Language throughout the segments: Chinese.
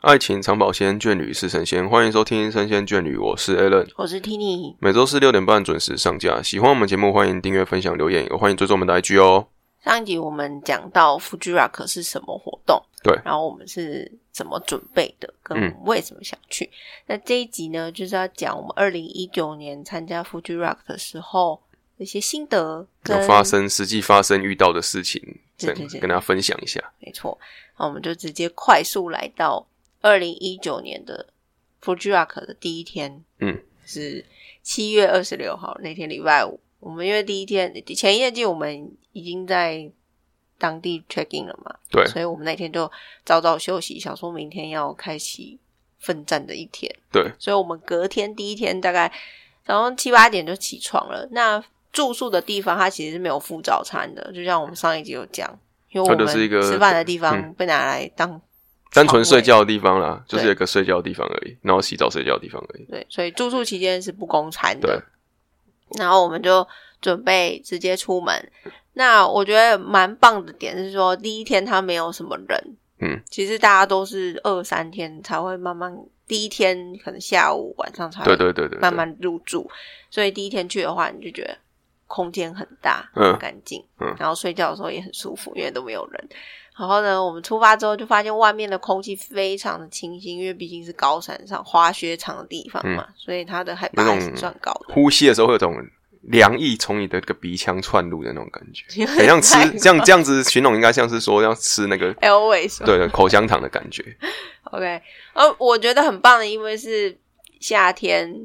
爱情长保鲜，眷侣是神仙。欢迎收听《神仙眷侣》，我是 Alan。我是 Tini，每周四六点半准时上架。喜欢我们节目，欢迎订阅、分享、留言，也欢迎追踪我们的 IG 哦。上一集我们讲到 Fuji Rock 是什么活动，对嗯然后我们是怎么准备的，跟我们为什么想去。那这一集呢，就是要讲我们二零一九年参加 Fuji Rock 的时候的一些心得有跟发生实际发生遇到的事情，对这样对对跟大家分享一下。没错，那我们就直接快速来到二零一九年的 Fuji Rock 的第一天，嗯，是七月二十六号那天礼拜五。我们因为第一天前一天，就我们已经在当地 check in 了嘛，对，所以我们那天就早早休息，想说明天要开启奋战的一天。对，所以我们隔天第一天大概早上七八点就起床了。那住宿的地方它其实是没有附早餐的，就像我们上一集有讲，因为我它们就是一个吃饭的地方嗯被拿来当单纯床位睡觉的地方啦，就是对有一个睡觉的地方而已，然后洗澡睡觉的地方而已。对，所以住宿期间是不供餐对的。然后我们就准备直接出门。那我觉得蛮棒的点是说，第一天他没有什么人，嗯，其实大家都是二三天才会慢慢，第一天可能下午晚上才对会对对对对，慢慢入住，所以第一天去的话，你就觉得空间很大，嗯很干净，嗯然后睡觉的时候也很舒服，因为都没有人。然后呢，我们出发之后就发现外面的空气非常的清新，因为毕竟是高山上滑雪场的地方嘛，所以它的海拔嗯那种还是算高的。呼吸的时候会有种凉意从你的这个鼻腔窜入的那种感 觉，因为很像吃太 哎这样这样子形容，应该像是说要吃那个 always 对对口香糖的感觉。 OK，呃，我觉得很棒的，因为是夏天，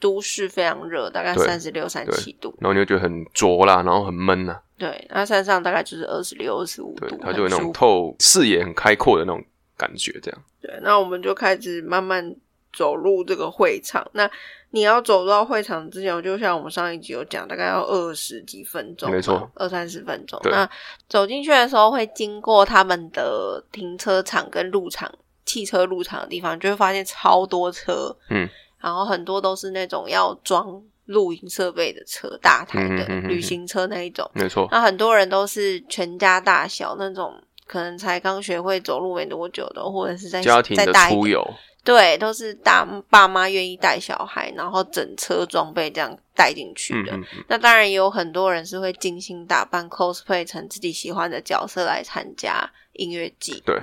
都市非常热，大概对三十六、三七度，然后你会觉得很灼啦，然后很闷呐、对，那山上大概就是二十六、二十五对度，，它就有很那舒种服透视野很开阔的那种感觉，这样。对，那我们就开始慢慢走入这个会场。那你要走到会场之前，就像我们上一集有讲，大概要二十几分钟吧，没错二三十分钟。对那走进去的时候，会经过他们的停车场跟入场汽车入场的地方，就会发现超多车，嗯，然后很多都是那种要装露营设备的车，大台的嗯哼嗯哼旅行车那一种。没错，那很多人都是全家大小那种，可能才刚学会走路没多久的，或者是在家庭再的大一出点，游，对，都是大爸妈愿意带小孩，然后整车装备这样带进去嗯的。嗯嗯，那当然也有很多人是会精心打扮 cosplay 成自己喜欢的角色来参加音乐季。对。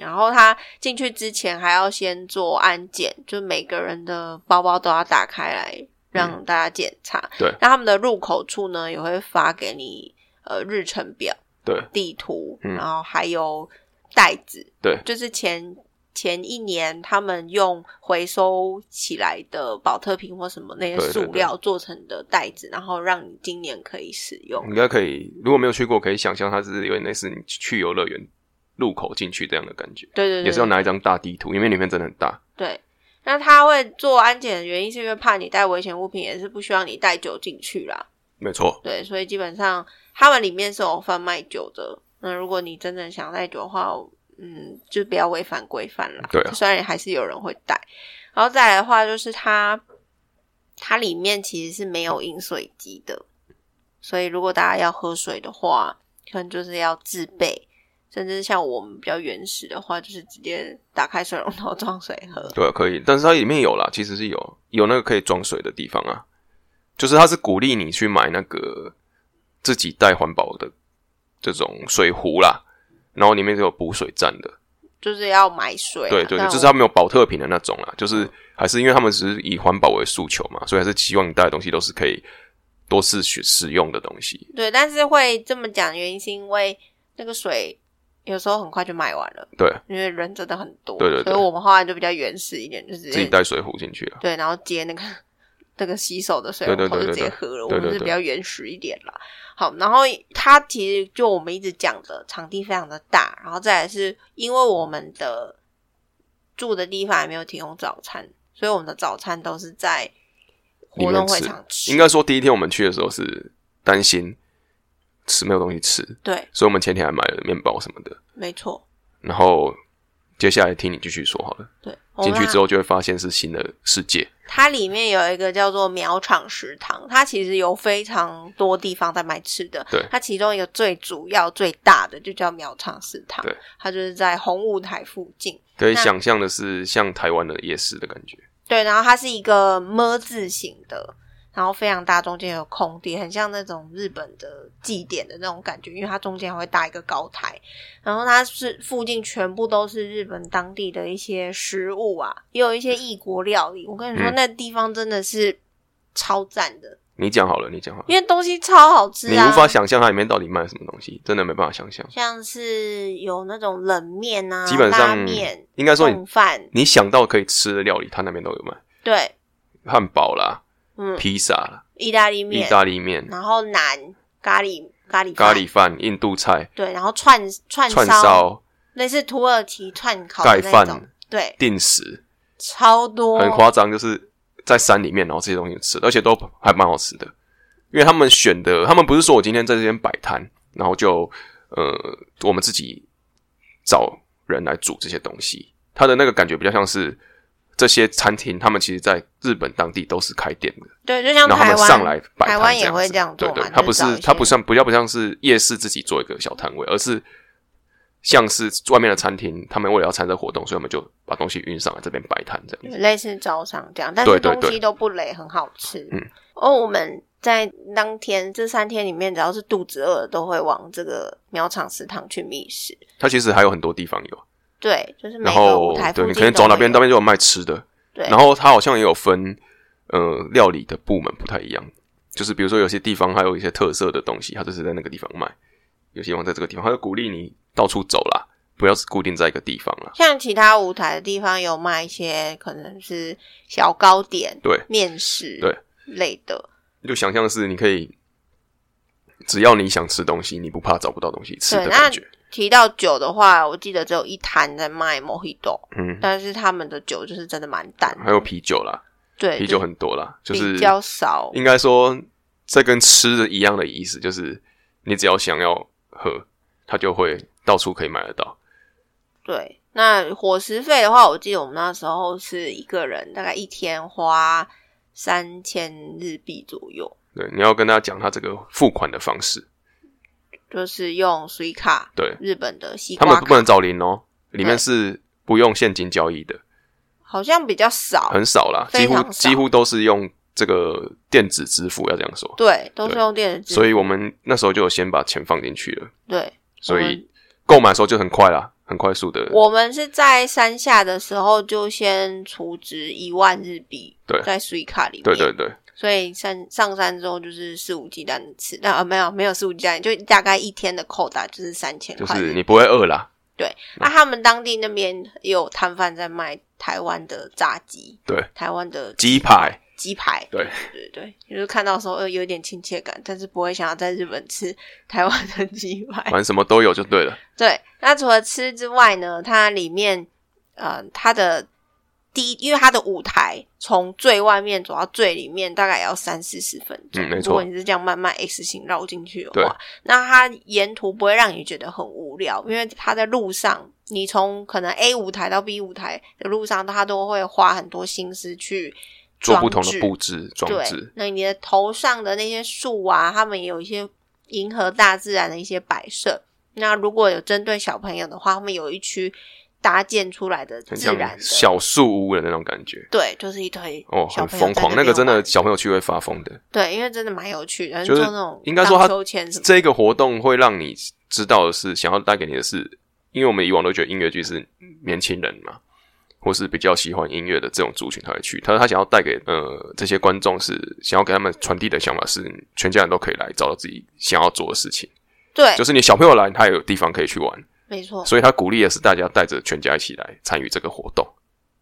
然后他进去之前还要先做安检，就每个人的包包都要打开来让大家检查。嗯对那他们的入口处呢也会发给你呃日程表。对，地图，嗯然后还有袋子，对就是前前一年他们用回收起来的保特瓶或什么那些对对塑对料做成的袋子，然后让你今年可以使用。应该可以。如果没有去过，可以想象它是有点类似你去游乐园入口进去这样的感觉，对对对，也是要拿一张大地图，因为里面真的很大。对。那他会做安检的原因，是因为怕你带危险物品，也是不希望你带酒进去啦。没错，对，所以基本上他们里面是有贩卖酒的。那如果你真的想带酒的话，嗯，就不要违反规范啦。对啊虽然还是有人会带，然后再来的话就是它，它里面其实是没有饮水机的，所以如果大家要喝水的话，可能就是要自备。甚至像我们比较原始的话，就是直接打开水龙头装水喝。对啊，可以。但是它里面有啦，其实是有有那个可以装水的地方啊，就是它是鼓励你去买那个自己带环保的这种水壶啦，然后里面就有补水站的。就是要买水啊、对对对，但就是我他们有保特瓶的那种啦，就是还是因为他们只是以环保为诉求嘛，所以还是希望你带的东西都是可以多次使使用的东西。对，但是会这么讲，原因是因为那个水有时候很快就卖完了，对，因为人真的很多，对对对所以我们后来就比较原始一点，就直自己接带水壶进去啊了。对，然后接那个那个洗手的水对对龙头对就对直接对喝了，我对们对是比对较原始一点啦。好，然后它其实就我们一直讲的场地非常的大，然后再来是因为我们的住的地方还没有提供早餐，所以我们的早餐都是在里活面动会吃场吃，应该说第一天我们去的时候是担心吃没有东西吃，对，所以我们前天还买了面包什么的。没错，然后接下来听你继续说好了。对。进去之后，后就会发现是新的世界，它里面有一个叫做苗场食堂，它其实有非常多地方在卖吃的。对它其中一个最主要、最大的就叫苗场食堂。对，它就是在红舞台附近。可以那想象的是像台湾的夜市的感觉，对，然后它是一个么字形的，然后非常大，中间有空地，很像那种日本的祭典的那种感觉，因为它中间还会搭一个高台，然后它是附近全部都是日本当地的一些食物啊，也有一些异国料理。我跟你说，嗯那地方真的是超赞的，你讲好了，你讲好了，因为东西超好吃你啊，无法想象它里面到底卖什么东西，真的没办法想象。像是有那种冷面啊，基本拉上面、应该说你冻饭，你想到可以吃的料理，它那边都有卖，对，汉堡啦、嗯，披萨啦、意大利意面，嗯大利面、然后南咖喱咖喱咖饭喱饭、印度菜、对，然后串串串烧，烧、类似土耳其串烤盖的那种饭，、对，定时，超多，很夸张，就是在山里面，然后这些东西吃，而且都还蛮好吃的。因为他们选的，他们不是说我今天在这边摆摊，然后就呃，我们自己找人来煮这些东西，它的那个感觉比较像是这些餐厅，他们其实在日本当地都是开店的，对，就像然后他台们湾上来摆台摊湾这也样会子这样做对对，嘛，就它不找是一它些不像比较不像是夜市自己做一个小摊位，而是像是外面的餐厅，他们为了要参加活动，所以我们就把东西运上来这边摆摊这样子。对类似招商这样，但对是对对东西都不雷，很好吃。嗯，哦，我们在当天这三天里面，只要是肚子饿，都会往这个苗场食堂去觅食。它其实还有很多地方有，对，就是每然个后舞台附对近你可能走都哪会边，有那边就有卖吃的，对，然后它好像也有分呃料理的部门不太一样，就是比如说有些地方还有一些特色的东西，它就是在那个地方卖，有些地方在这个地方，它就鼓励你到处走啦，不要是固定在一个地方啦。像其他舞台的地方有卖一些可能是小糕点、对，面食对类的，就想象是你可以，只要你想吃东西，你不怕找不到东西吃的对那感觉。提到酒的话，我记得只有一摊在卖 Mojito，嗯，但是他们的酒就是真的蛮淡的，还有啤酒啦，对啤酒很多啦，就就是比较少，应该说这跟吃的一样的意思，就是你只要想要喝，它就会到处可以买得到。对。那伙食费的话，我记得我们那时候是一个人大概一天花三千日币左右，对，你要跟他讲他这个付款的方式，就是用 s u i c a 对日本的西他瓜们不卡，能找零哦，里面对是不用现金交易的，好像比较少，很少啦，几非乎常少几乎都是用这个电子支付，要这样说。对，都是对用电子支付，所以我们那时候就有先把钱放进去了。对，所我以们购买的时候就很快啦，很快速的。我们是在山下的时候就先储值一万日币，对在 s u i c a 里面，对对对，所以上上山之后就是肆无忌惮的吃，但啊没有没有肆无忌惮，就大概一天的扣打就是三千就块。是你不会饿啦。啊，他们当地那边也有摊贩在卖台湾的炸鸡，对，台湾的鸡排，鸡排，对对对，就是看到的时候呃有一点亲切感，但是不会想要在日本吃台湾的鸡排反。正什么都有就对了。对，那除了吃之外呢，它里面呃，它的第一，因为它的舞台从最外面走到最里面，大概也要三四十分钟。嗯没错如果你是这样慢慢 X 型绕进去的话，那它沿途不会让你觉得很无聊，因为它在路上，你从可能 A 舞台到 B 舞台的路上，它都会花很多心思去做装不同的置布置装对置，，那你的头上的那些树啊，他们也有一些迎合大自然的一些摆设。那如果有针对小朋友的话，他们有一区搭建出来的很自像然的，小树屋的那种感觉。对，就是一堆哦，小很朋友疯在狂，那边个真的玩小朋友去会发疯的。对，因为真的蛮有趣的，就是做那种应该说它荡秋千什么，这个活动会让你知道的是，想要带给你的是，因为我们以往都觉得音乐剧是年轻人嘛，或是比较喜欢音乐的这种族群才会去。他说他想要带给呃这些观众是想要给他们传递的想法是，全家人都可以来找到自己想要做的事情。对就，是你小朋友来，他也有地方可以去玩，没错，所以他鼓励的是大家带着全家一起来参与这个活动，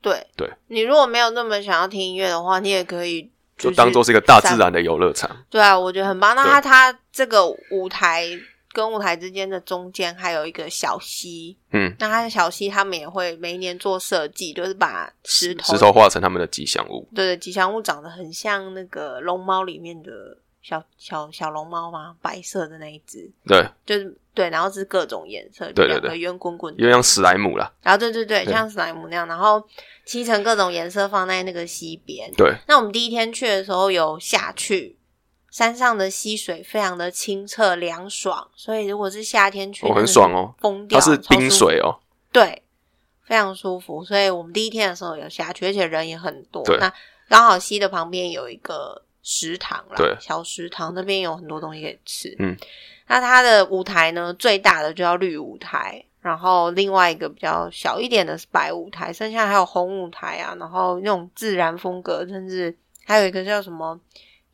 对对。你如果没有那么想要听音乐的话，你也可以就是当做是一个大自然的游乐场。对啊，我觉得很棒。那对它它这个舞台跟舞台之间的中间还有一个小溪，嗯，那它的小溪他们也会每一年做设计，就是把石嗯头石头化成他们的吉祥物，对对吉祥物长得很像那个龙猫里面的小小小龙猫吗？白色的那一只，对，就是对，然后是各种颜色，就对对两个对圆滚滚的有点像史莱姆啦，然后对对对，对像史莱姆那样，然后漆成各种颜色放在那个溪边。对，那我们第一天去的时候有下去，山上的溪水非常的清澈凉爽，所以如果是夏天去，哦很爽哦，疯掉，它是啊超冰舒服，水哦，对，非常舒服。所以我们第一天的时候有下去，而且人也很多。对那刚好溪的旁边有一个食堂啦，对小食堂那边有很多东西可以吃。嗯，那它的舞台呢，最大的就叫绿舞台，然后另外一个比较小一点的是白舞台，剩下还有红舞台啊，然后那种自然风格，甚至还有一个叫什么。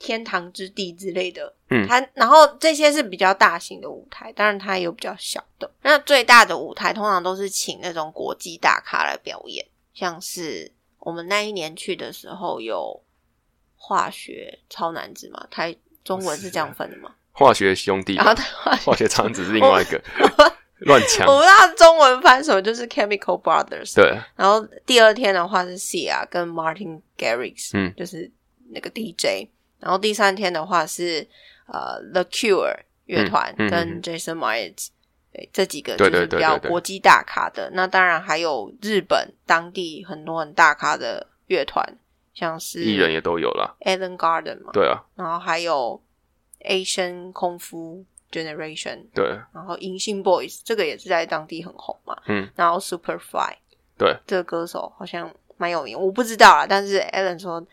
天堂之地之类的，嗯它然后这些是比较大型的舞台，当然它也有比较小的。那最大的舞台通常都是请那种国际大咖来表演，像是我们那一年去的时候有化学超男子嘛，台中文是这样分的嘛，化学兄弟然，后他化学化学长子是另外一个乱抢，啊我不知道中文翻什么，就是 Chemical Brothers。对，然后第二天的话是 Sia 跟 Martin Garrix，嗯就是那个 DJ。然后第三天的话是呃 The Cure 乐团嗯嗯跟嗯 Jason Mraz，、对这几个就对对是比对较对对国际大咖的。那当然还有日本当地很多很大咖的乐团，像是艺人也都有啦， a l a n Garden 嘛，对啊，然后还有 Asian 空夫 Generation，对，然后银杏 Boys 这个也是在当地很红嘛，嗯，然后 Superfly 对这个歌手好像蛮有名，我不知道啦，但是 Alan 说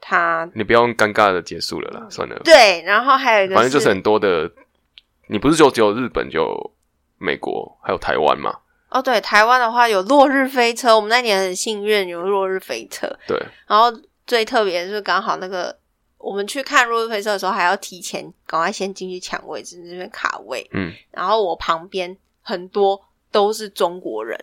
他你不要用尴尬的结束了啦，算了，对，然后还有一个呃反正就是很多的，你不是就只有日本就美国还有台湾嘛？哦，对，台湾的话有落日飞车，我们那年很幸运有落日飞车，对，然后最特别的是刚好那个我们去看落日飞车的时候还要提前赶快先进去抢位置，那边卡位，嗯，然后我旁边很多都是中国人，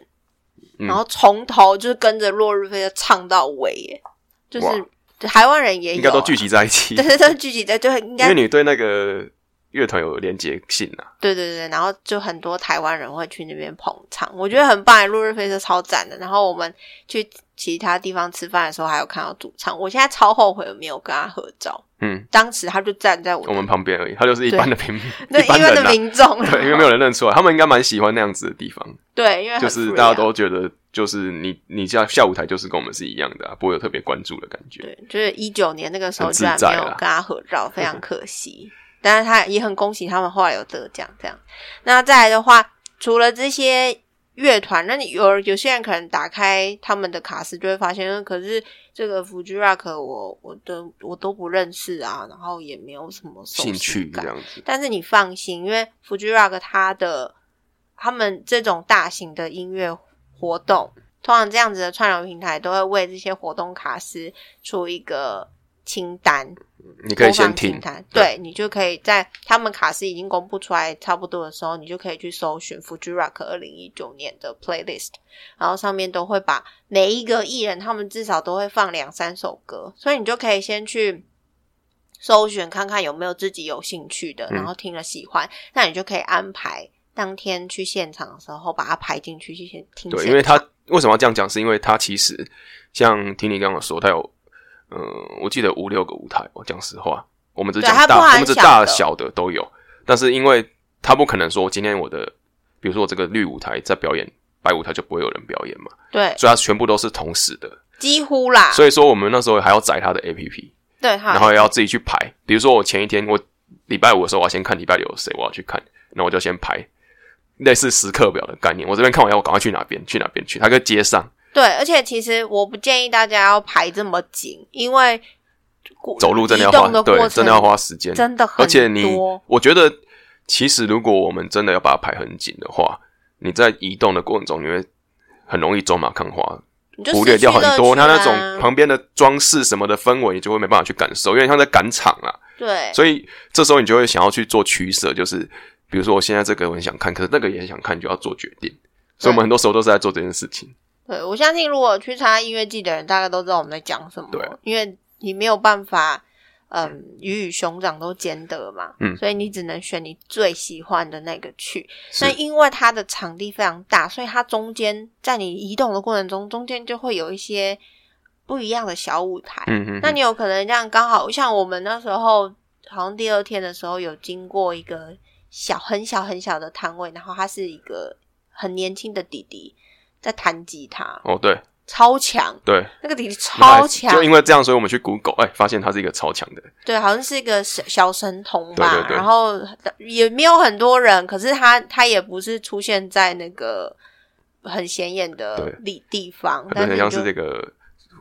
嗯然后从头就是跟着落日飞车唱到尾耶，就哇是台湾人也有啊，应该都聚集在一起，对，对对，聚集在就很应因该为对你对那个乐团有连结性啊。对对，然后就很多台湾人会去那边捧场，我觉得很棒，落日飞车超赞的。然后我们去其他地方吃饭的时候，还有看到主唱，我现在超后悔没有跟他合照，嗯，当时他就站在我我们旁边而已，他就是一般的平民，对一般一般人的啦、民众， 对，因为没有人认出来，他们应该蛮喜欢那样子的地方， 对，因为很就是 free 大家啊都觉得，就是你你下下舞台就是跟我们是一样的、啊，不会有特别关注的感觉。对，就是一九年那个时候很居自然在没有啦跟他合照，非 常可惜。但是他也很恭喜他们后来有得奖，这样。那再来的话，除了这些乐团，那你有有些人可能打开他们的卡司就会发现，呃可是这个 Fuji Rock 我我都我都不认识啊，然后也没有什么熟兴悉趣感这样子，但是你放心，因为 Fuji Rock 它的他们这种大型的音乐活动，通常这样子的串流平台都会为这些活动卡司出一个清单，你你可以先听清，单，对对你就可以在他们卡司已经公布出来差不多的时候，你就可以去搜寻 Fuji Rock 二零一九年的 playlist，然后上面都会把每一个艺人他们至少都会放两三首歌，所以你就可以先去。搜寻看看有没有自己有兴趣的，嗯然后听了喜欢，那你就可以安排当天去现场的时候把它排进去去先听现场。对，因为他为什么要这样讲，是因为他其实像听你刚刚说，他有，嗯、我记得五六个舞台。我讲实话，我们只对讲它不大，含我们只小大的小的都有，但是因为他不可能说今天我的，比如说我这个绿舞台在表演，白舞台就不会有人表演嘛，对所以它全部都是同时的。几乎啦，所以说我们那时候还要载他的 APP，对，好然后也要自己去排。比如说我前一天我礼拜五的时候，我要先看礼拜六有谁，我要去看，那我就先排。类似时刻表的概念，我这边看完以后，我赶快去哪边，去哪边去，他跟接上，对，而且其实我不建议大家要排这么紧，因为过走路真的要移动花，的过对，程真的要花时间，真的很多，而且你，我觉得其实如果我们真的要把它排很紧的话，你在移动的过程中，你会很容易走马看花，你就忽略掉很多它失去乐那趣啊啦种旁边的装饰什么的氛围，你就会没办法去感受，因为像在赶场啊。对，所以这时候你就会想要去做取舍，就是比如说我现在这个我很想看，可是那个也很想看，你就要做决定。所以我们很多时候都是在做这件事情。对我相信如果去参加音乐季的人，大概都知道我们在讲什么，对因为你没有办法。嗯，鱼与熊掌都兼得嘛，嗯所以你只能选你最喜欢的那个去。是那因为它的场地非常大，所以它中间在你移动的过程中，中间就会有一些不一样的小舞台。嗯嗯，那你有可能这样刚好像我们那时候好像第二天的时候有经过一个小很小很小的摊位，然后他是一个很年轻的弟弟在弹吉他，哦，对超强，对，那个弟弟然后超还强就，因为这样，所以我们去 Google，哎，发现他是一个超强的，对，好像是一个小小神童吧，对对对然后也没有很多人，可是他他也不是出现在那个很显眼的对地地方，很但很是像就是这个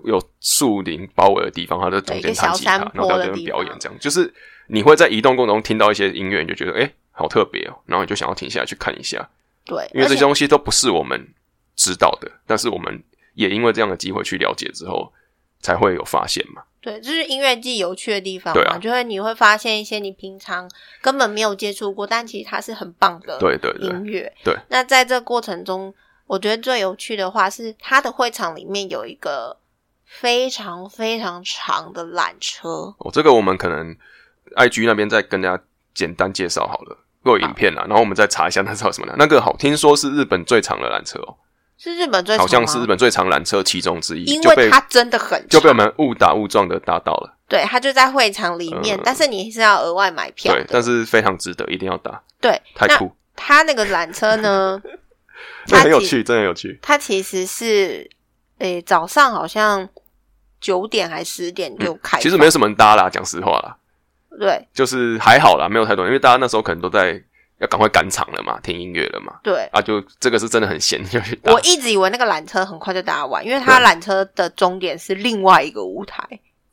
有树林包围的地方，他在中对一间个弹小吉他山，然后在坡的这边地表演方，这样就是你会在移动过程中听到一些音乐，你就觉得哎、好特别哦，然后你就想要停下来去看一下，对，因为这而些且东西都不是我们知道的，但是我们也因为这样的机会去了解之后，才会有发现嘛。对，就是音乐季有趣的地方对嘛，啊就会你会发现一些你平常根本没有接触过，但其实它是很棒的对对对，音乐。对那在这过程中，我觉得最有趣的话是他的会场里面有一个非常非常长的缆车，哦，这个我们可能 I G 那边再跟大家简单介绍好了，若有影片啦，啊然后我们再查一下那是有什么的。那个好，听说是日本最长的缆车哦，是日本最好长像吗是日本最长缆车其中之一，因就被为它真的很就被我长，们误打误撞的搭到了。对，它就在会场里面，嗯但是你是要额外买票对，的。但是非常值得，一定要搭，对，太那酷，，它那个缆车呢这 它很有其趣，真的很有趣。它其实是，诶、早上好像九点还十点就开、嗯其实没什么人搭啦，讲实话啦，么，对就是还好啦，没有太多人，因为大家那时候可能都在要赶快赶场了嘛，听音乐了嘛，对。啊，就这个是真的很闲， 就去搭我。一直以为那个缆车很快就搭完，因为它对缆车的终点是另外一个舞台。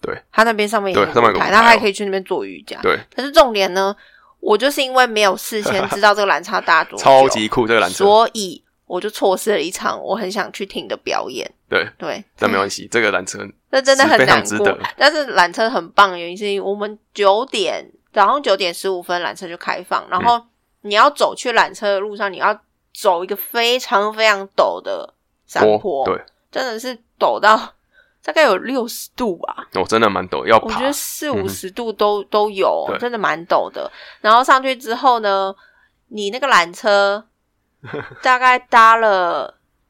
对，它那边上面也对有上面有个舞舞台，台那还哦可以去那边做瑜伽。对，可是重点呢，我就是因为没有事 先知道这个缆车要搭多久，超级酷这个缆车，所以我就错失了一场我很想去听的表演。对，对，但没关系，这个缆车那真的是很非常难值过得。 但是缆车很棒，原因是因为我们九点早上九点十五分缆车就开放，然后你要走去缆车的路上，你要走一个非常非常陡的山坡，对，真的是陡到 大概有六十度吧。我真的蛮陡，要我爬觉，得四嗯五哼十度都、都有哦对，真的蛮陡的。然后上去之后呢，你那个缆 车大概搭了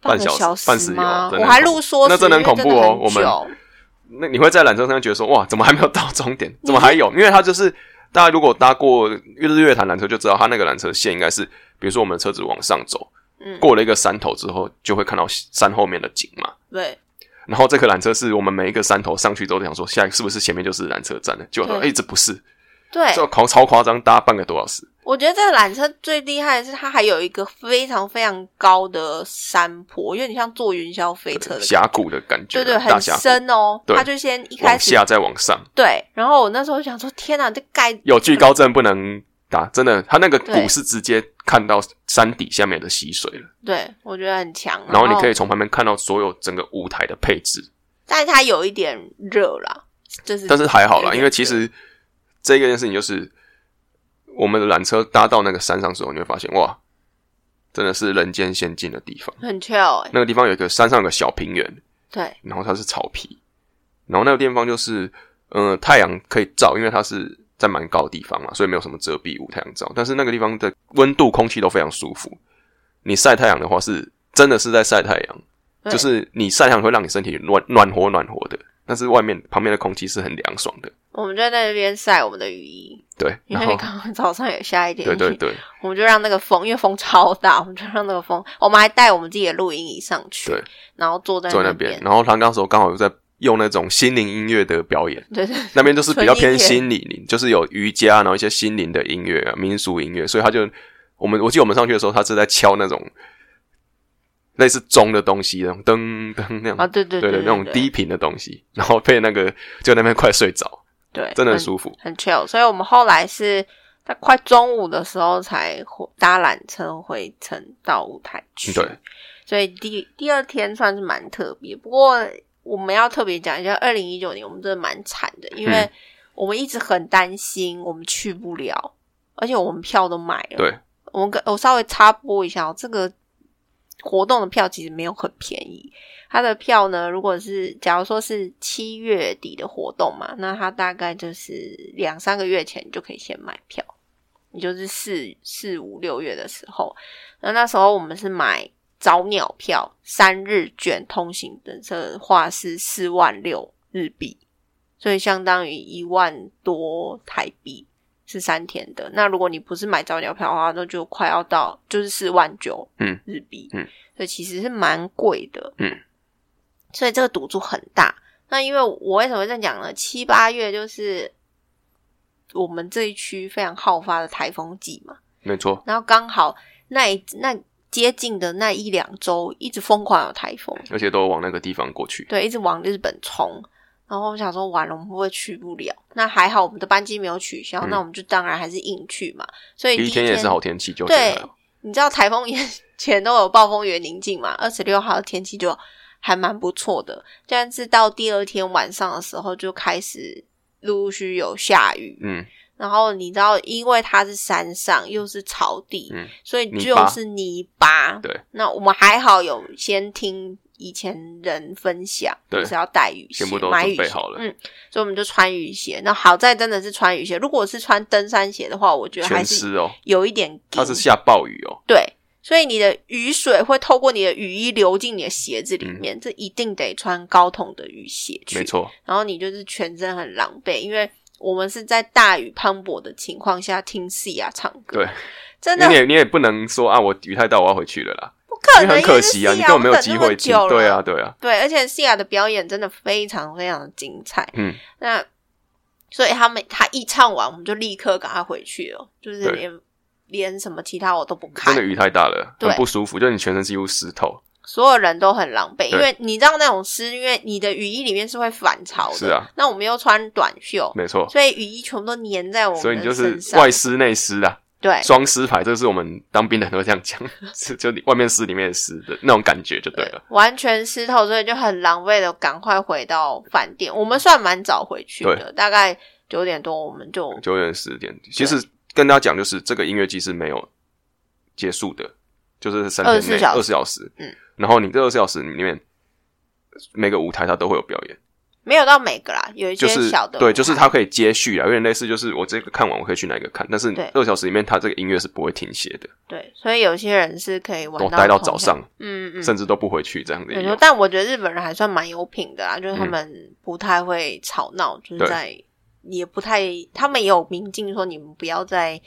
半个半小时时半时有啊吗？真的很我还恐怖录说那真的很恐怖哦我们们那你会在缆车上觉得说，哇，怎么还没有到终点？怎么还有？因为它就是大家如果搭过日月潭缆车，就知道它那个缆车线应该是，比如说我们的车子往上走，嗯过了一个山头之后，就会看到山后面的景嘛。对然后这颗缆车是我们每一个山头上去之后，都想说，现在是不是前面就是缆车站了？结果说，对哎哎，这不是，对，这超超夸张，搭半个多小时。我觉得这个缆车最厉害的是它还有一个非常非常高的山坡，有点像坐云霄飞车的感觉，峡谷的感觉，对对，大很峡谷深哦。对它就先一开往始下再往上，对，然后我那时候想说，天哪，这盖有惧高症不能打，真的，它那个对谷是直接看到山底下面的溪水了，对我觉得很强。啊然后你哦可以从旁边看到所有整个舞台的配置，但是它有一点热啦，就是但是还好啦，对因为其实这个件事情就是我们的缆车搭到那个山上之后，你会发现哇，真的是人间仙境的地方。很 chill 哎、那个地方有一个山上有个小平原，对然后它是草皮，然后那个地方就是，呃，太阳可以照，因为它是在蛮高的地方嘛，所以没有什么遮蔽物，太阳照。但是那个地方的温度、空气都非常舒服。你晒太阳的话是，真的是在晒太阳，对就是你晒太阳会让你身体暖暖和暖和的，但是外面旁边的空气是很凉爽的。我们就在那边晒我们的雨衣，对，因然为后刚刚早上也下一点对雨，对对我们就让那个风，因为风超大，我们就让那个风，我们还带我们自己的录音椅上去，对，然后坐在坐在那那边，，然后他那时候刚好有在用那种心灵音乐的表演。对对那边就是比较偏纯 心灵，就是有瑜伽，然后一些心灵的音乐、啊、民俗音乐，所以他就我们我记得我们上去的时候，他是在敲那种类似钟的东西，那种噔噔那样，啊，对对对对那种低频的东西，然后配那个就那边快睡着，对，真的很哎很舒服。很 chill，所以我们后来是在快中午的时候才回搭缆车回程到舞台去，嗯对，所以第第二天算是蛮特别。不过我们要特别讲一下，二零一九年我们真的蛮惨的，因为嗯我们一直很担心我们去不了，而且我们票都买了。对，我们跟我稍微插播一下哦，这个活动的票其实没有很便宜。它的票呢，如果是假如说是七月底的活动嘛，那它大概就是两三个月前你就可以先买票，你就是四四五六月的时候。那那时候我们是买早鸟票、三日券、通行的，这话是四万六日币，所以相当于一万多台币。是三天的。那如果你不是买早鸟票的话，那就快要到就是四万九，嗯，日币，嗯，所以其实是蛮贵的，嗯，所以这个赌注很大。那因为我为什么会这样讲呢？七八月就是我们这一区非常好发的台风季嘛，没错，然后刚好那一那接近的那一两周一直疯狂有台风，而且都往那个地方过去。对，一直往日本冲。然后我想说，完了，我们会不会去不了？那还好，我们的班机没有取消，嗯那我们就当然还是硬去嘛。所以第一一天也是好天气，啊就觉对得，你知道台风以 前都有暴风雨的宁静嘛？二十六号的天气就还蛮不错的，但是到第二天晚上的时候就开始陆陆续续有下雨。嗯，然后你知道，因为它是山上又是草地，嗯所以泥就巴是泥巴。对，那我们还好有先听以前人分享，对就是要带雨鞋全部，都买准雨备鞋，好了嗯，所以我们就穿雨鞋。那好在真的是穿雨鞋，如果是穿登山鞋的话，我觉得还全是湿哦，有一点它紧，是下暴雨哦，对。所以你的雨水会透过你的雨衣流进你的鞋子里面，这一定得穿高筒的雨鞋嗯去。没错，然后你就是全身很狼狈，因为我们是在大雨磅礴的情况下听戏啊唱歌，对，真因的为你也你也不能说啊，我雨太大，我要回去了啦，不可因能，为很可惜啊，你根本没有我们机等那会么进久，了对啊，，对啊，对，而且西亚的表演真的非常非常的精彩，嗯，那所以他们他一唱完，我们就立刻赶快回去了，就是对连连什么其他我都不真看的，雨太大了，对很不舒服，就是你全身几乎湿透，所有人都很狼对狈，因为你知道那种湿，因为你的雨衣里面是会反潮的，是啊，那我们又穿短袖。没错，所以雨衣全部都粘在我所以们你的就是身上，哎外湿内湿啦，对，双湿牌，这是我们当兵的都这样讲， 是就你外面湿里面湿的那种感觉就对了。完全湿透，所以就很狼狈的赶快回到饭店。我们算蛮早回去的，大概九点多我们就九点十点，其实跟大家讲，就是这个音乐季是没有结束的，就是三天内24小时二十小时，嗯，然后你这二十小时里面每个舞台它都会有表演，没有到每个啦，有一些就是小的对，就是他它可以接续啊，有点类似，就是我这个看完我可以去哪一个看，但是对二小时里面它这个音乐是不会停歇的，对，所以有些人是可以玩都待到通宵早，上，嗯嗯。甚至都不回去这样子也没有嗯错，但我觉得日本人还算蛮有品的啦，啊就是他们不太会吵闹，就是对在也不太，他们也有明禁说你们不要在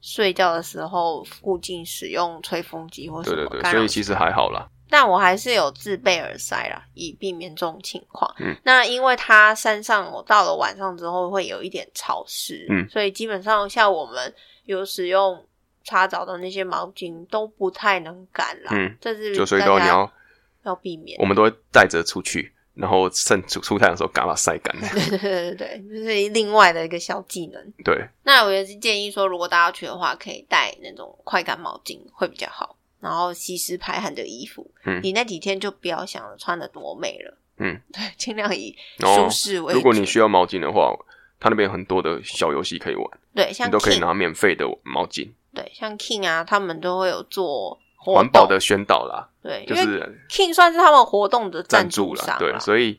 睡觉的时候附近使用吹风机或什对么对对，干所扰以其实还好啦，但我还是有自备耳塞啦，以避免这种情况。嗯，那因为它山上我到了晚上之后会有一点潮湿，嗯所以基本上像我们有使用擦澡的那些毛巾都不太能赶啦。嗯，这是就所以大都你家要要避免我。们都会带着出去，然后趁出出太阳的时候赶把它晒 干，对对对对对，就是另外的一个小技能。对，那我也是建议说，如果大家去的话，可以带那种快干毛巾会比较好，然后吸湿排汗的衣服。嗯你那几天就不要想着穿的多美了。嗯，对，尽量以然后舒适为主。哦如果你需要毛巾的话，它那边有很多的小游戏可以玩，对，你像都可以 King 拿免费的毛巾，对像 King 啊，他们都会有做活环保动的宣导啦，对，就因为是 King 算是他们活动的赞助助商啊啦，对，所以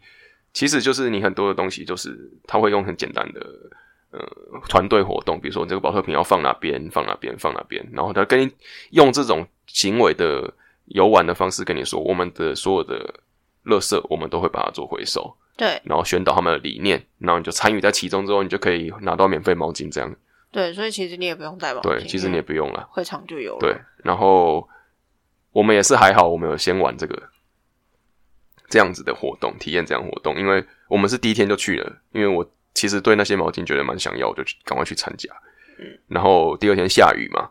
其实就是你很多的东西，就是他会用很简单的呃团队活动，比如说你这个保特瓶要放哪边，放哪边，放哪边，然后他跟你用这种行为的游玩的方式跟你说，我们的所有的垃圾我们都会把它做回收，对然后宣导他们的理念，然后你就参与在其中之后，你就可以拿到免费毛巾这样。对，所以其实你也不用带毛巾，对，其实你也不用啦。会场就有了。对，然后我们也是还好，我们有先玩这个这样子的活动，体验这样活动，因为我们是第一天就去了，因为我其实对那些毛巾觉得蛮想要，我就去赶快去参加。嗯，然后第二天下雨嘛，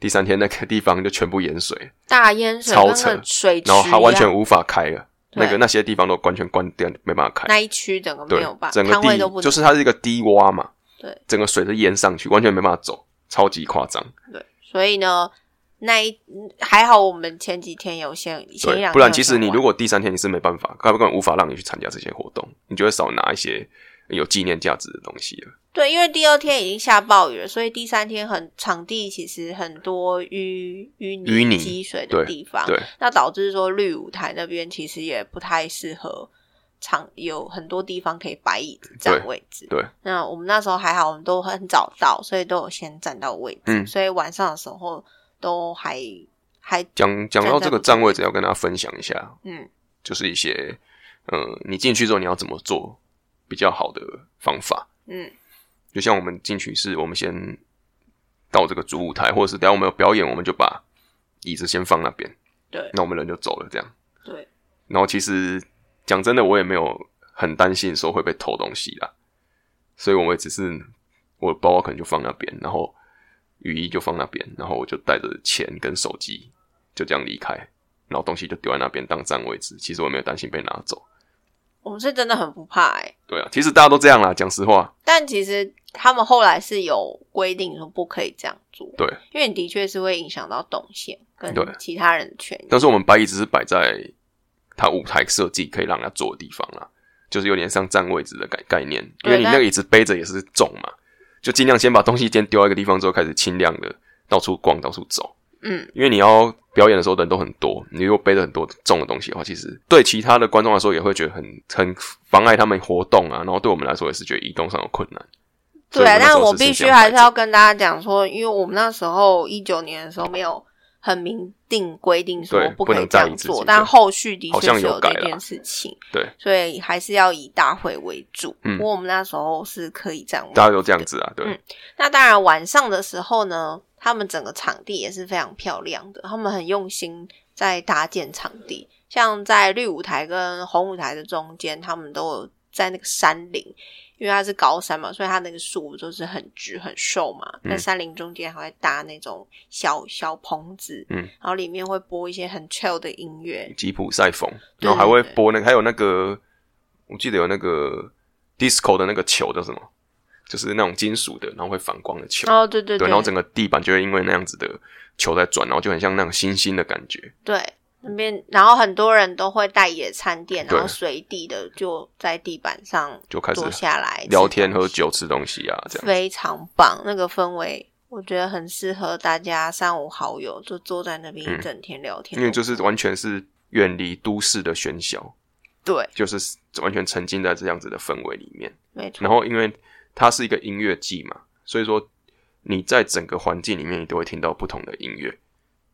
第三天那个地方就全部淹水，大淹水超跟扯个水池一然样，后它完全无法开了，对那个那些地方都完全关掉，没办法开。那一区整个没对有办，法，整个摊位都地不就能是它是一个低洼嘛，对，整个水是淹上去，完全没办法走，超级夸张。对，所以呢，那一嗯还好我们前几天有先前一对，两天有先玩，不然其实你如果第三天你是没办法，根本无法让你去参加这些活动，你就会少拿一些有纪念价值的东西了。对，因为第二天已经下暴雨了，所以第三天很场地其实很多淤淤泥、淤泥积水的对地方，对，那导致说绿舞台那边其实也不太适合场，有很多地方可以摆椅子占位置。对那我们那时候还好，我们都很早到，所以都有先占到位置，嗯所以晚上的时候都还还讲讲到这个站位置，要跟大家分享一下，嗯，就是一些呃，你进去之后你要怎么做比较好的方法。嗯，就像我们进去是，我们先到这个主舞台，或者是等一下我们有表演，我们就把椅子先放那边，对那我们人就走了这样。对，然后其实讲真的，我也没有很担心说会被偷东西啦，所以我们只是我的包包可能就放那边，然后雨衣就放那边，然后我就带着钱跟手机就这样离开，然后东西就丢在那边当占位置。其实我也没有担心被拿走。我们是真的很不怕哎、对啊，其实大家都这样啦，讲实话，但其实他们后来是有规定说不可以这样做，对。因为你的确是会影响到动线跟对其他人的权益。但是我们摆椅只是摆在它舞台设计可以让它坐的地方啦，就是有点像占位置的概概念，因对为你那但个椅子背着也是重嘛，就尽量先把东西先丢在一个地方之后，开始轻量的到处逛到处走，嗯，因为你要表演的时候人都很多，你如果背着很多重的东西的话，其实对其他的观众来说也会觉得很很妨碍他们活动啊，然后对我们来说也是觉得移动上有困难。所对以啊，们那时但候我是必先须这样还摆是着要跟大家讲说，因为我们那时候一九年的时候没有很明定规定说对可不以能这占样椅子做，对但后续的好确像是有这改啦件事情，对，所以还是要以大会为主。嗯不过我们那时候是可以这样大家都这样子啊，对，嗯那当然，晚上的时候呢，他们整个场地也是非常漂亮的，他们很用心在搭建场地，像在绿舞台跟红舞台的中间，他们都有在那个山林，因为它是高山嘛，所以它那个树就是很直很瘦嘛，嗯在山林中间还会搭那种小小棚子，嗯然后里面会播一些很 chill 的音乐，吉普赛风，对然后还会嗯对对播那个，还有那个，我记得有那个 disco 的那个球叫什么？就是那种金属的，然后会反光的球。哦，对对对然后整个地板就会因为那样子的球在转，然后就很像那种星星的感觉。对，那边然后很多人都会带野餐垫，对然后随地的就在地板上就开始坐下来聊天、喝酒，酒、吃东西啊，这样。非常棒，那个氛围。我觉得很适合大家三五好友就坐在那边一嗯整天聊天，因为就是完全是远离都市的喧嚣，对，就是完全沉浸在这样子的氛围里面。没错，然后因为它是一个音乐季嘛，所以说你在整个环境里面，你都会听到不同的音乐，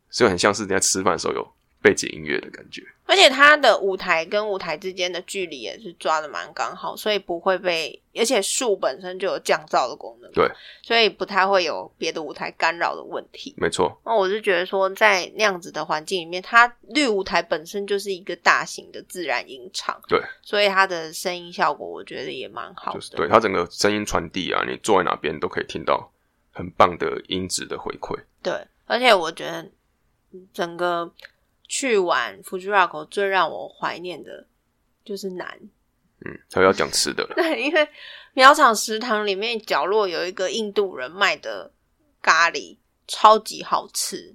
所以很像是你在吃饭的时候有背景音乐的感觉。而且它的舞台跟舞台之间的距离也是抓的蛮刚好，所以不会被，而且树本身就有降噪的功能，对，所以不太会有别的舞台干扰的问题。没错，那我就觉得说，在那样子的环境里面，它绿舞台本身就是一个大型的自然音场，对，所以它的声音效果我觉得也蛮好的。就是对它整个声音传递啊，你坐在哪边都可以听到很棒的音质的回馈。对而且我觉得嗯整个去玩 Fuji Rock 最让我怀念的就是南， 嗯，还有要讲吃的了，对，因为苗场食堂里面角落有一个印度人卖的咖喱，超级好吃。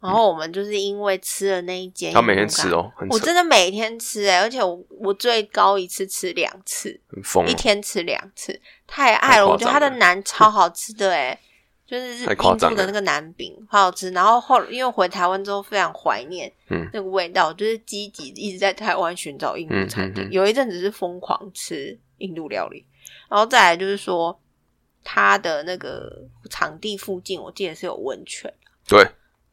然后我们就是因为吃了那一间印度嗯他咖每喱，天吃哦，很哎我扯真的每天吃哎、而且我我最高一次吃两次，很疯一哦，天吃两次，太爱太了！我夸张了觉得它的 馕超好吃的哎、就是太印夸张度了的那个馕饼好好吃。然后后因为回台湾之后非常怀念嗯那个味道，就是积极一直在台湾寻找印度餐嗯厅，嗯嗯有一阵子是疯狂吃印度料理，然后再来就是说它的那个场地附近，我记得是有温泉。对，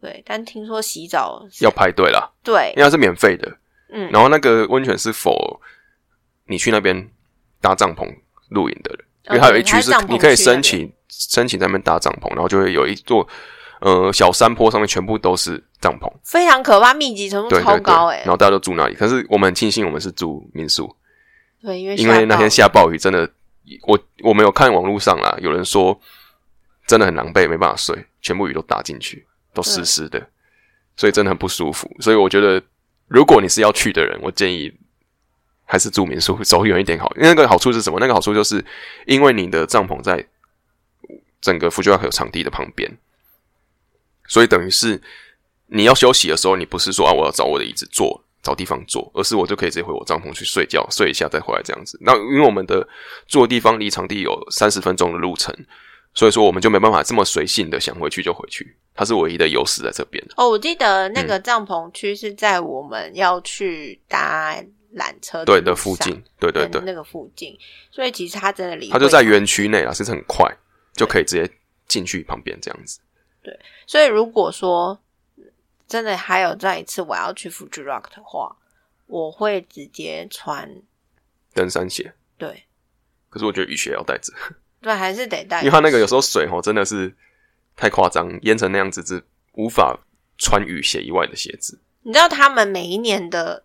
对，但听说洗澡是要排队啦，对因，为它是免费的。嗯， 然后那个温泉是否你去那边搭帐篷露营的人？因为它有一哦区是你可以申请申请在那边搭帐篷，然后就会有一座呃小山坡上面全部都是帐篷，非常可怕，密集程度对超对对，高哎、然后大家都住那里。可是我们很庆幸我们是住民宿，对，因为因为那天下下暴雨，真的我我没有看网络上啦，有人说真的很狼狈，没办法睡，全部雨都打进去，都湿湿的，所以真的很不舒服。所以我觉得，如果你是要去的人，我建议。还是住民宿走远一点好，因为那个好处是什么？那个好处就是，因为你的帐篷在整个 f u j i r a 场地的旁边，所以等于是你要休息的时候，你不是说啊我要找我的椅子坐，找地方坐，而是我就可以直接回我帐篷去睡觉，睡一下再回来这样子。那因为我们的住的地方离场地有三十分钟的路程，所以说我们就没办法这么随性的想回去就回去，它是唯一的优势在这边。哦，我记得嗯那个帐篷区是在我们要去搭缆车对的的，路附上近，对对对，那个附近，所以其实它真的离它就在会场园区内啊，是很快就可以直接进去旁边这样子。所以如果说真的还有再一次我要去 Fuji Rock 的话，我会直接穿登山鞋，对可是我觉得雨鞋要带着，对，还是得带因为。它那个有时候水哦真的是太夸张，淹成那样子，是无法穿雨鞋以外的鞋子。你知道他们每一年的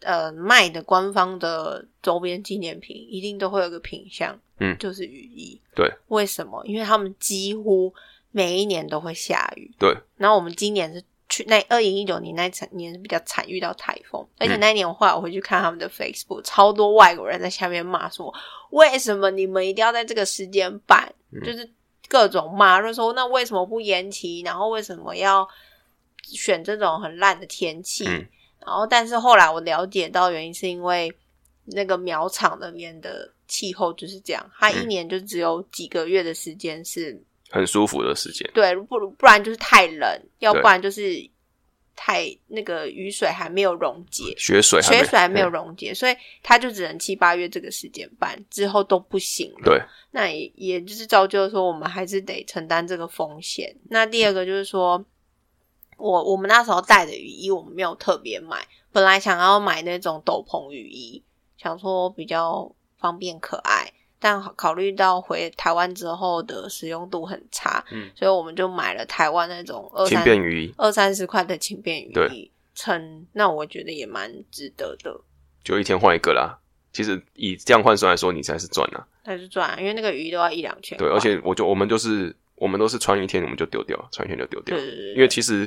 呃卖的官方的周边纪念品，一定都会有个品相，嗯就是雨衣。对，为什么？因为他们几乎每一年都会下雨。对，然后我们今年是去那二零一九年那一层年是比较惨，遇到台风，嗯而且那一年我后来我回去看他们的 Facebook，超多外国人在下面骂说，为什么你们一定要在这个时间办？嗯就是各种骂，就说那为什么不延期？然后为什么要选这种很烂的天气？嗯然后，但是后来我了解到，原因是因为那个苗场那边的气候就是这样，它一嗯年就只有几个月的时间是很舒服的时间。对，不不然就是太冷，要不对然就是太那个雨水还没有溶解，雪水还没，雪水还没嗯有溶解，所以它就只能七八月这个时间办，之后都不行了。对，那也也就是造就说，我们还是得承担这个风险。那第二个就是说，我我们那时候带的雨衣，我们没有特别买，本来想要买那种斗篷雨衣，想说比较方便可爱，但考虑到回台湾之后的使用度很差，嗯所以我们就买了台湾那种二轻三便雨衣二三十块的轻便雨衣对撑，那我觉得也蛮值得的。就一天换一个啦。其实以这样换算来说，你才是赚啊啦。那就赚，啊因为那个雨衣都要一两千块。对，而且我就我们就是我们都是穿一天我们就丢掉，穿一天就丢掉对。对对，因为其实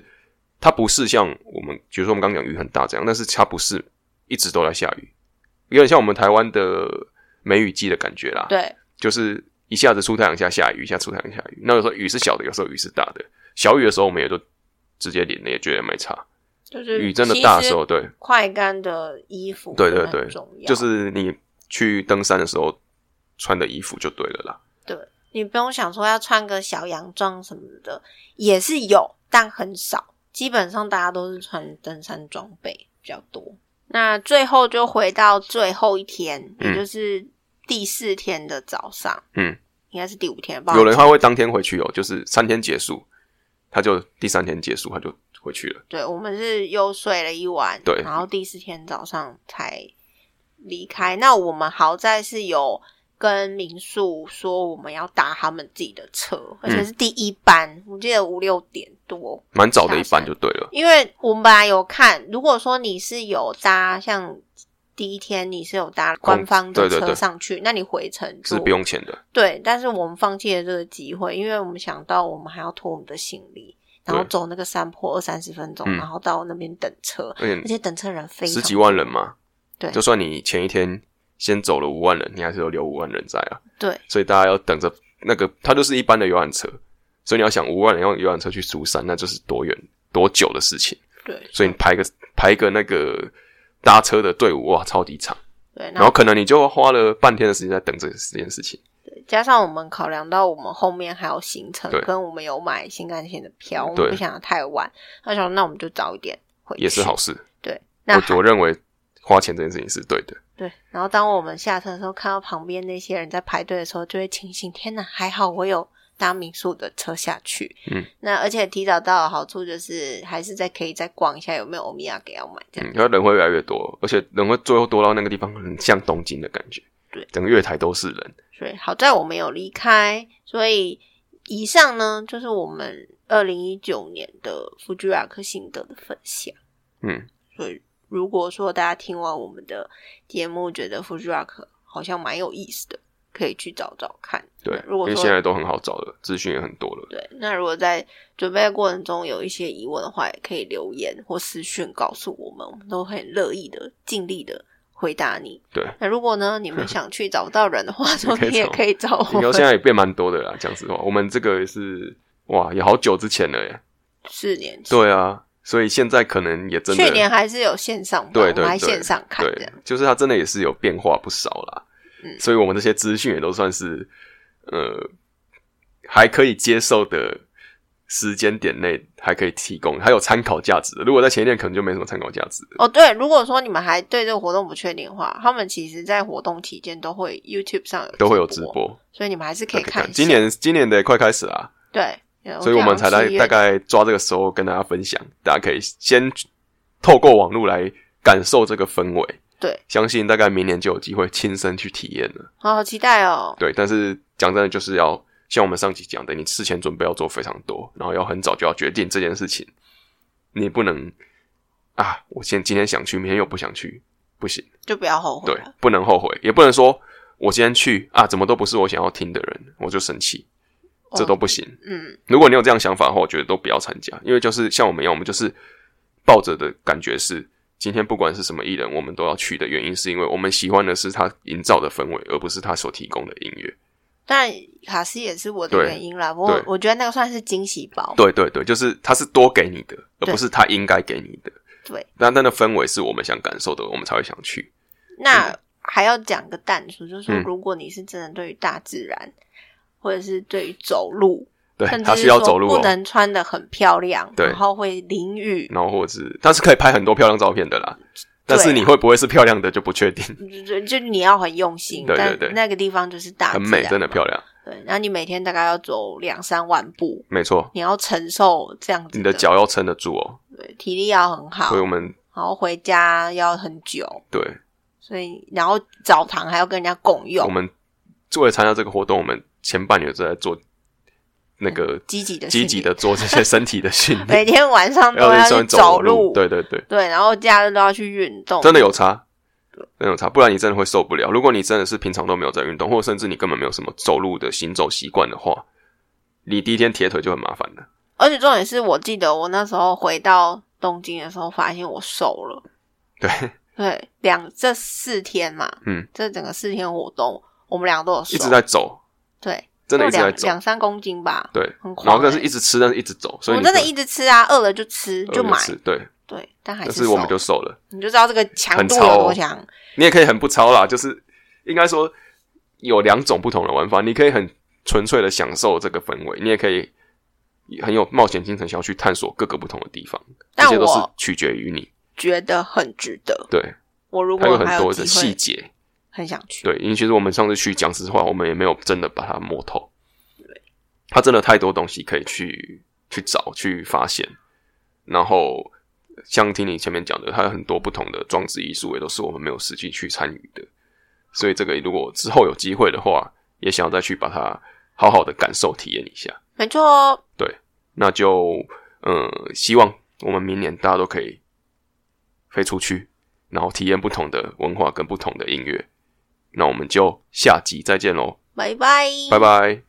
它不是像我们，比如说我们刚刚讲雨很大这样，但是它不是一直都在下雨，有点像我们台湾的梅雨季的感觉啦。，对就是一下子出太阳下下雨，一下出太阳下雨。那有时候雨是小的，有时候雨是大的。小雨的时候我们也就直接淋了，也觉得没差。就是雨真的其大的实时候，对，快干的衣服对真的对对很重要，就是你去登山的时候穿的衣服就对了啦。你不用想说要穿个小洋装什么的，也是有，但很少，基本上大家都是穿登山装备比较多。那最后就回到最后一天，嗯也就是第四天的早上，嗯，应该是第五天吧？有人他会当天回去哦，就是三天结束，他就第三天结束他就回去了。对，我们是又睡了一晚，对然后第四天早上才离开。那我们好在是有跟民宿说我们要搭他们自己的车，而嗯且是第一班，我记得五六点多。蛮早的一下山班就对了。因为我们本来有看，如果说你是有搭像第一天你是有搭官方的对对车对上去，那你回程就是不用钱的，对，但是我们放弃了这个机会，因为我们想到我们还要拖我们的行李，然后对走那个山坡二三十分钟，嗯然后到那边等车，而且而且等车人非十常几万人嘛，对就算你前一天先走了五万人，你还是有留五万人在啊，对所以大家要等着那个，它就是一般的游览车，所以你要想五万人用游览车去苏山，那就是多远多久的事情，对，所以你排个排个那个搭车的队伍哇，超级长，对，然然后后可能你就花了半天的时间在等这这件事情，加上我们考量到我们后面还有行程，对跟我们有买新干线的票，我们对不想要太晚，那想那我们就早一点回去也是好事，对。那我我认为花钱这件事情是对的，对，然后当我们下车的时候，看到旁边那些人在排队的时候，就会庆幸：天哪，还好我有搭民宿的车下去。嗯，那而且提早到的好处就是，还是再可以再逛一下有没有欧米亚给要买这样。嗯，然后人会越来越多，而且人会最后多到那个地方很像东京的感觉，对，整个月台都是人。所以好在我们有离开。所以以上呢，就是我们二零一九年的福居瓦克心得的分享。嗯，所以如果说大家听完我们的节目，觉得福居瓦克好像蛮有意思的，可以去找找看。对那，如果因为说现在都很好找了，资讯也很多 了。对，那如果在准备的过程中有一些疑问的话，也可以留言或私讯告诉我们，我们都很乐意的、尽力的回答你。对，那如果呢，你们想去找不到人的话，说 也可不以定也找可以找我应该现们。在也变蛮多的啦。讲实话，我们这个也是哇，也好久之前了耶。四年级，对啊，所以现在可能也真的去年还是有线上吧，对我对们还对，线上看这对样。，就是它真的也是有变化不少啦。嗯所以我们这些资讯也都算是呃还可以接受的时间点内还可以提供，还有参考价值的。如果在前一天，可能就没什么参考价值了。哦，对，如果说你们还对这个活动不确定的话，他们其实在活动期间都会 YouTube 上有都会有直，播，所以你们还是可以都看一下。今年今年的也快开始啦，对，所以我们才来大概概抓这个时候跟大家分享，大家可以先透过网络来感受这个氛围，对，相信大概明年就有机会亲身去体验了。好好期待哦。对，但是讲真的，就是要像我们上期讲的，你事前准备要做非常多，然后要很早就要决定这件事情，你不能啊，我现今天想去，明天又不想去，不行，就不要后悔对了。，不能后悔，也不能说我今天去啊，怎么都不是我想要听的人，我就生气，这哦都不行。嗯，如果你有这样想法的话，我觉得都不要参加，因为就是像我们一样，我们就是抱着的感觉是，今天不管是什么艺人，我们都要去的原因，是因为我们喜欢的是他营造的氛围，而不是他所提供的音乐。当然卡斯也是我的对原因啦。对我我觉得那个算是惊喜包。对对对，就是他是多给你的，而不是他应该给你的。对，那那的氛围是我们想感受的，我们才会想去。那还要讲个淡出，就是说嗯如果你是真的对于大自然，或者是对于走路，对甚，至他是需要说走路、不哦，能穿的很漂亮，对然后会淋雨，然后或者是他是可以拍很多漂亮照片的啦，但是对啊你会不会是漂亮的就不 确定，就就你要很用心。对对对但那个地方啊就是大自很然，美，真的漂亮，对，然后你每天大概要走两三万步，没错，你要承受这样子你的脚要撑得住哦。对体力要很好所以，我们然后回家要很久，对所以然后澡堂还要跟人家共我用，们为了参加这个活动，我们前半年都在做那个积极的积极的做这些身体的 训练，每天晚上都要去算走路，对对对，对，然后假日都要去运动，真的有差，真的有差，不然你真的会受不了。如果你真的是平常都没有在运动，或者甚至你根本没有什么走路的行走习惯的话，你第一天铁腿就很麻烦了。而且重点是我记得我那时候回到东京的时候，发现我瘦了。对，对，两这四天嘛，嗯，这整个四天活动，我们两个都有瘦，一直在走，对，真的一直在两走，两三公斤吧。对，很狂欸然后但是一直吃，但是一直走，所以我你真的就一直吃啊，饿了就吃就饿买着，吃对，对，但还但是是我们瘦就瘦了。你就知道这个强很度糙有哦多强。你也可以很不超啦，就是应该说有两种不同的玩法，你可以很纯粹的享受这个氛围，你也可以很有冒险精神，想要去探索各个不同的地方，这但些都是我取决于你。觉得很值得，对，我如还有果还很多机的细会，节。很想去。对，因为其实我们上次去讲实话，我们也没有真的把它摸透。它真的太多东西可以去去找、去发现。然后，像听你前面讲的，它有很多不同的装置艺术，也都是我们没有实际去参与的。所以，这个如果之后有机会的话，也想要再去把它好好的感受、体验一下。没错哦，那就呃，希望我们明年大家都可以飞出去，然后体验不同的文化跟不同的音乐。那我们就下集再见喽，拜拜，拜拜。